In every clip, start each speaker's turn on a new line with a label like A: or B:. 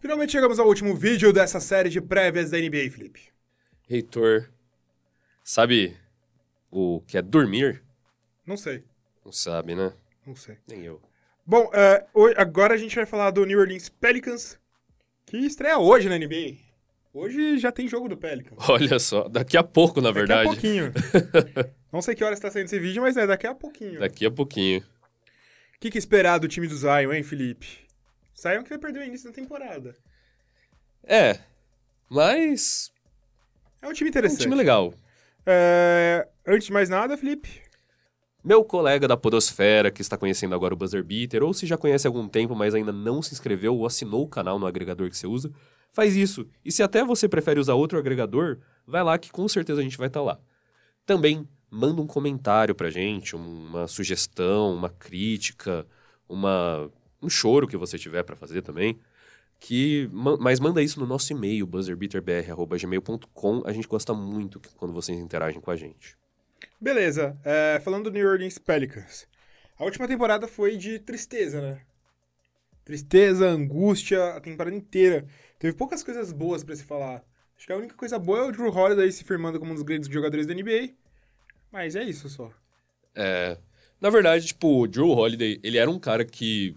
A: Finalmente chegamos ao último vídeo dessa série de prévias da NBA, Felipe.
B: Heitor, sabe o que é dormir?
A: Não sei,
B: Não sabe, né?
A: não sei.
B: Nem eu.
A: Bom, é, ho- agora a gente vai falar do New Orleans Pelicans, que estreia hoje na NBA. Hoje já tem jogo do Pelicans.
B: Olha só, daqui a pouco, na verdade.
A: Daqui a pouquinho. não sei que horas está saindo esse vídeo, mas é daqui a pouquinho.
B: Daqui a pouquinho.
A: O que, que esperar do time do Zion, hein, Felipe? Zion que vai perder o início da temporada.
B: É, mas
A: É um time
B: é um
A: interessante.
B: time legal.
A: É, antes de mais nada, Felipe,
B: Meu colega da Podosfera, que está conhecendo agora o Buzzer Beater, ou se já conhece há algum tempo, mas ainda não se inscreveu ou assinou o canal no agregador que você usa, faz isso. E se até você prefere usar outro agregador, vai lá que com certeza a gente vai estar lá. Também manda um comentário pra gente, um- uma sugestão, uma crítica, uma, um choro que você tiver pra fazer também. Que, ma- mas manda isso no nosso e-mail, buzzerbeaterbr.gmail.com. A gente gosta muito que- quando vocês interagem com a gente.
A: beleza. É, falando do New Orleans Pelicans, a última temporada foi de tristeza, né? Tristeza, angústia, a temporada inteira. Teve poucas coisas boas pra se falar. Acho que a única coisa boa é o Drew Holiday se firmando como um dos grandes jogadores da NBA. Mas é isso só.
B: É. Na verdade, tipo, o Drew Holiday, ele era um cara que,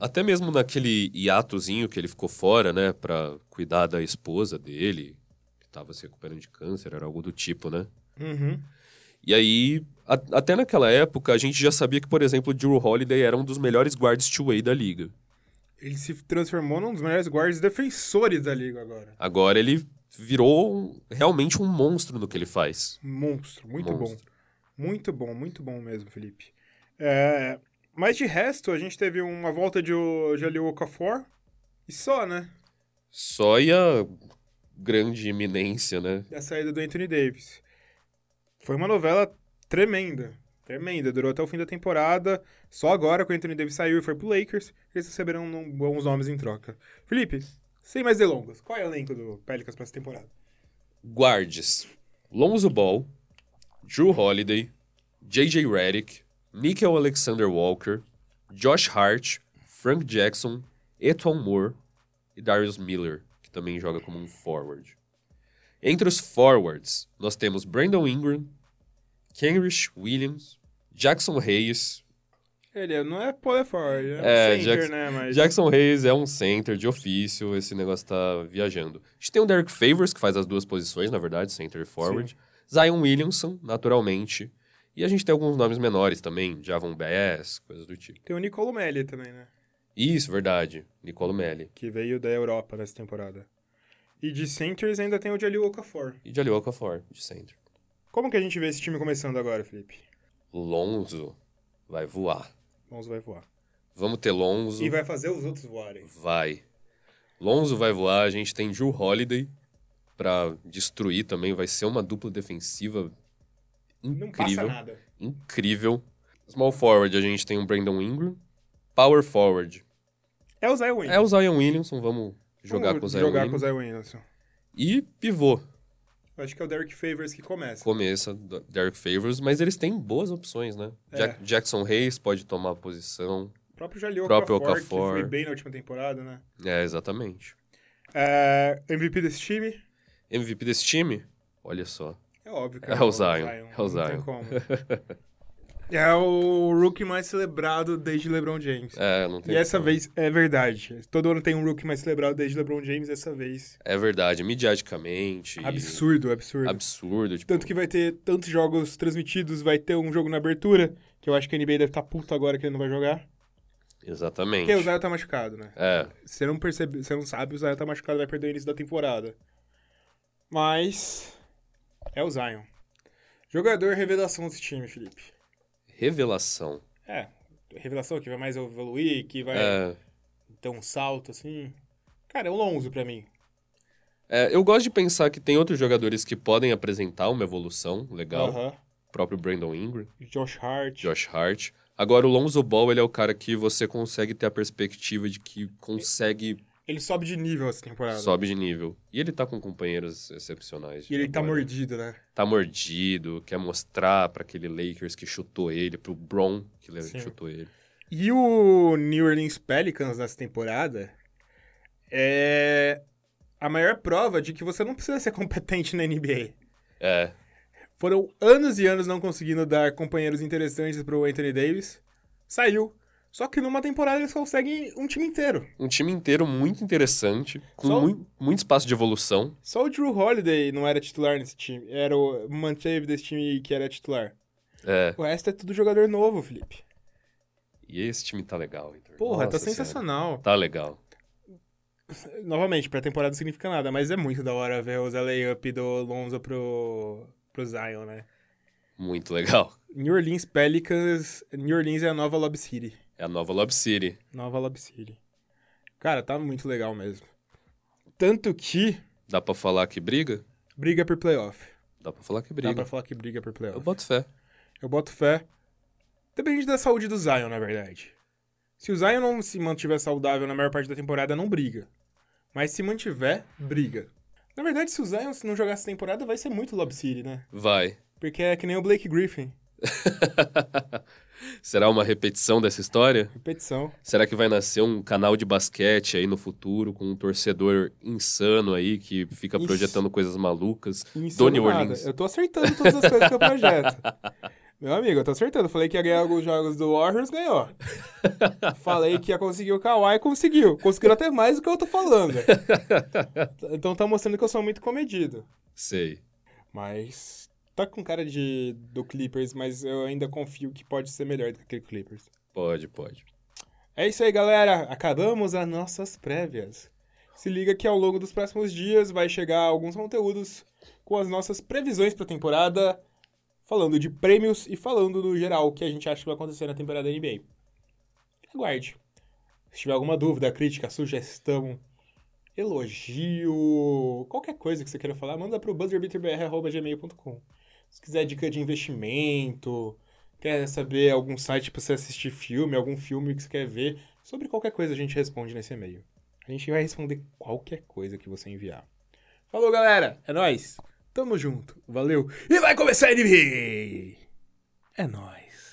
B: até mesmo naquele hiatozinho que ele ficou fora, né, pra cuidar da esposa dele, que tava se recuperando de câncer, era algo do tipo, né?
A: Uhum.
B: E aí, a- até naquela época, a gente já sabia que, por exemplo, o Drew Holiday era um dos melhores guards two-way da liga.
A: Ele se transformou num dos melhores guardas defensores da liga agora.
B: Agora ele virou um- realmente um monstro no que ele faz.
A: Monstro, muito bom.
B: Monstro.
A: Muito bom, muito bom mesmo, Felipe. É, mas de resto, a gente teve uma volta de, o- de Alio Okafor e só, né?
B: Só e a grande iminência, né?
A: E a saída do Anthony Davis. Foi uma novela tremenda, tremenda. Durou até o fim da temporada. Só agora que o Anthony Davis saiu e foi pro Lakers, eles receberão num- bons nomes em troca. Felipe, sem mais delongas, qual é o elenco do Pelicans pra essa temporada?
B: guardes Lonzo Ball, Drew Holiday, J.J. Redick, Nickel Alexander Walker, Josh Hart, Frank Jackson, Eton Moore e Darius Miller, que também joga como um forward. Entre os forwards, nós temos Brandon Ingram, Kenrich Williams, Jackson Reyes.
A: Ele não é Polefor, ele
B: É,
A: é, um center,
B: Jackson-
A: né? Mas...
B: Jackson Reyes é um center de ofício, esse negócio tá viajando. A gente tem o Derek Favors, que faz as duas posições, na verdade, center e forward. Zion Williamson, naturalmente. E a gente tem alguns nomes menores também, Javon Bass, coisas do tipo.
A: Tem o Nicolo Melli também, né?
B: Isso, verdade. Nicolo Melli.
A: que veio da Europa nessa temporada. E de centers ainda tem o Jalil Okafor.
B: E Jalil Okafor, de center.
A: Como que a gente vê esse time começando agora, Felipe?
B: Lonzo vai voar.
A: Lonzo vai voar.
B: Vamos ter Lonzo.
A: E vai fazer os outros voarem.
B: Vai. Lonzo vai voar, a gente tem Drew Holiday pra destruir também, vai ser uma dupla defensiva
A: Não
B: incrível.
A: passa nada.
B: incrível. Small forward, a gente tem o Brandon Ingram. Power forward.
A: É o Zion Williamson.
B: É o Zion Williamson, vamos jogar
A: Vamos
B: com o Zion
A: jogar com o
B: Williamson.
A: Zion Williamson.
B: E pivô.
A: Eu Acho que é o Derek Favors que começa.
B: Começa D- Derek Favors, mas eles têm boas opções, né?
A: É.
B: Jack- Jackson Hayes pode tomar a posição.
A: O próprio Jalil
B: Próprio
A: Okafor,
B: Okafor.
A: que foi bem na última temporada, né?
B: É, exatamente.
A: É, MVP desse time?
B: MVP desse time? Olha só.
A: É óbvio que
B: É o Zion. É
A: Não
B: o
A: tem
B: Zion.
A: como. é o rookie mais celebrado desde LeBron James.
B: É, não tem
A: E essa
B: opção.
A: vez é verdade. Todo ano tem um rookie mais celebrado desde LeBron James, essa vez
B: É verdade, midiaticamente.
A: Absurdo, absurdo.
B: Absurdo, tipo,
A: Tanto que vai ter tantos jogos transmitidos, vai ter um jogo na abertura, que eu acho que a NBA deve estar puto agora que ele não vai jogar.
B: exatamente.
A: Porque o Zion tá machucado, né?
B: É,
A: Você não percebe, você não sabe, o Zion tá machucado, vai perder o início da temporada. Mas é o Zion. Jogador revelação desse time, Felipe.
B: revelação.
A: É, revelação que vai mais evoluir, que vai
B: É,
A: ter um salto assim. Cara, é o Lonzo pra mim.
B: é, eu gosto de pensar que tem outros jogadores que podem apresentar uma evolução legal.
A: Aham.
B: o próprio Brandon Ingram,
A: Josh Hart.
B: Josh Hart. Agora, o Lonzo Ball, ele é o cara que você consegue ter a perspectiva de que consegue
A: Ele sobe de nível essa temporada.
B: Sobe de nível. E ele tá com companheiros excepcionais. de
A: E ele tá
B: temporada.
A: mordido, né?
B: Tá mordido, quer mostrar pra aquele Lakers que chutou ele, pro Bron que le-
A: Sim.
B: chutou ele.
A: E o New Orleans Pelicans nessa temporada é a maior prova de que você não precisa ser competente na NBA.
B: É,
A: Foram anos e anos não conseguindo dar companheiros interessantes pro Anthony Davis. Saiu. Só que numa temporada eles conseguem um time inteiro.
B: um time inteiro muito interessante, com
A: Só- um?
B: mui- muito espaço de evolução.
A: Só o Drew Holiday não era titular nesse time. Era o manteve desse time que era titular.
B: É,
A: O resto é tudo jogador novo, Felipe.
B: e esse time tá legal, Heitor.
A: Porra, tá
B: Nossa Senhora.
A: sensacional.
B: Tá legal.
A: Novamente, pré-temporada não significa nada, mas é muito da hora ver os layup do Lonzo pro, pro Zion, né?
B: Muito legal.
A: New Orleans Pelicans. New Orleans é a nova Lob City.
B: É a nova Lob City.
A: Nova Lob City. Cara, tá muito legal mesmo. Tanto que
B: Dá pra falar que briga?
A: briga por playoff.
B: Dá pra falar que
A: Dá
B: briga.
A: pra falar que briga por
B: Eu
A: playoff.
B: boto fé.
A: Eu boto fé. Depende da saúde do Zion, na verdade. Se o Zion não se mantiver saudável na maior parte da temporada, não briga. Mas se mantiver, briga. Na verdade, se o Zion se não jogar essa temporada, vai ser muito Lob City, né?
B: Vai.
A: Porque é que nem o Blake Griffin.
B: Será uma repetição dessa história?
A: Repetição.
B: Será que vai nascer um canal de basquete aí no futuro com um torcedor insano aí que fica
A: Isso.
B: projetando coisas malucas?
A: Insano
B: Donnie
A: nada.
B: Orleans.
A: Eu tô acertando todas as coisas que eu projeto. Meu amigo, eu tô acertando. Eu Falei que ia ganhar alguns jogos do Warriors, ganhou. Falei que ia conseguir o Kawhi, conseguiu. Conseguiu até mais do que eu tô falando. Então tá mostrando que eu sou muito comedido.
B: Sei.
A: Mas tá com cara de do Clippers, mas eu ainda confio que pode ser melhor do que aquele Clippers.
B: Pode, pode.
A: É isso aí, galera. Acabamos as nossas prévias. Se liga que ao longo dos próximos dias vai chegar alguns conteúdos com as nossas previsões para a temporada, falando de prêmios e falando no geral o que a gente acha que vai acontecer na temporada NBA. Aguarde. Se tiver alguma dúvida, crítica, sugestão, elogio, qualquer coisa que você queira falar, manda para o buzzerbeaterbr.gmail.com. Se quiser dica de investimento, quer saber algum site para você assistir filme, algum filme que você quer ver, sobre qualquer coisa a gente responde nesse e-mail. A gente vai responder qualquer coisa que você enviar. Falou, galera. É nóis. Tamo junto. Valeu. E vai começar a NBA. É nóis.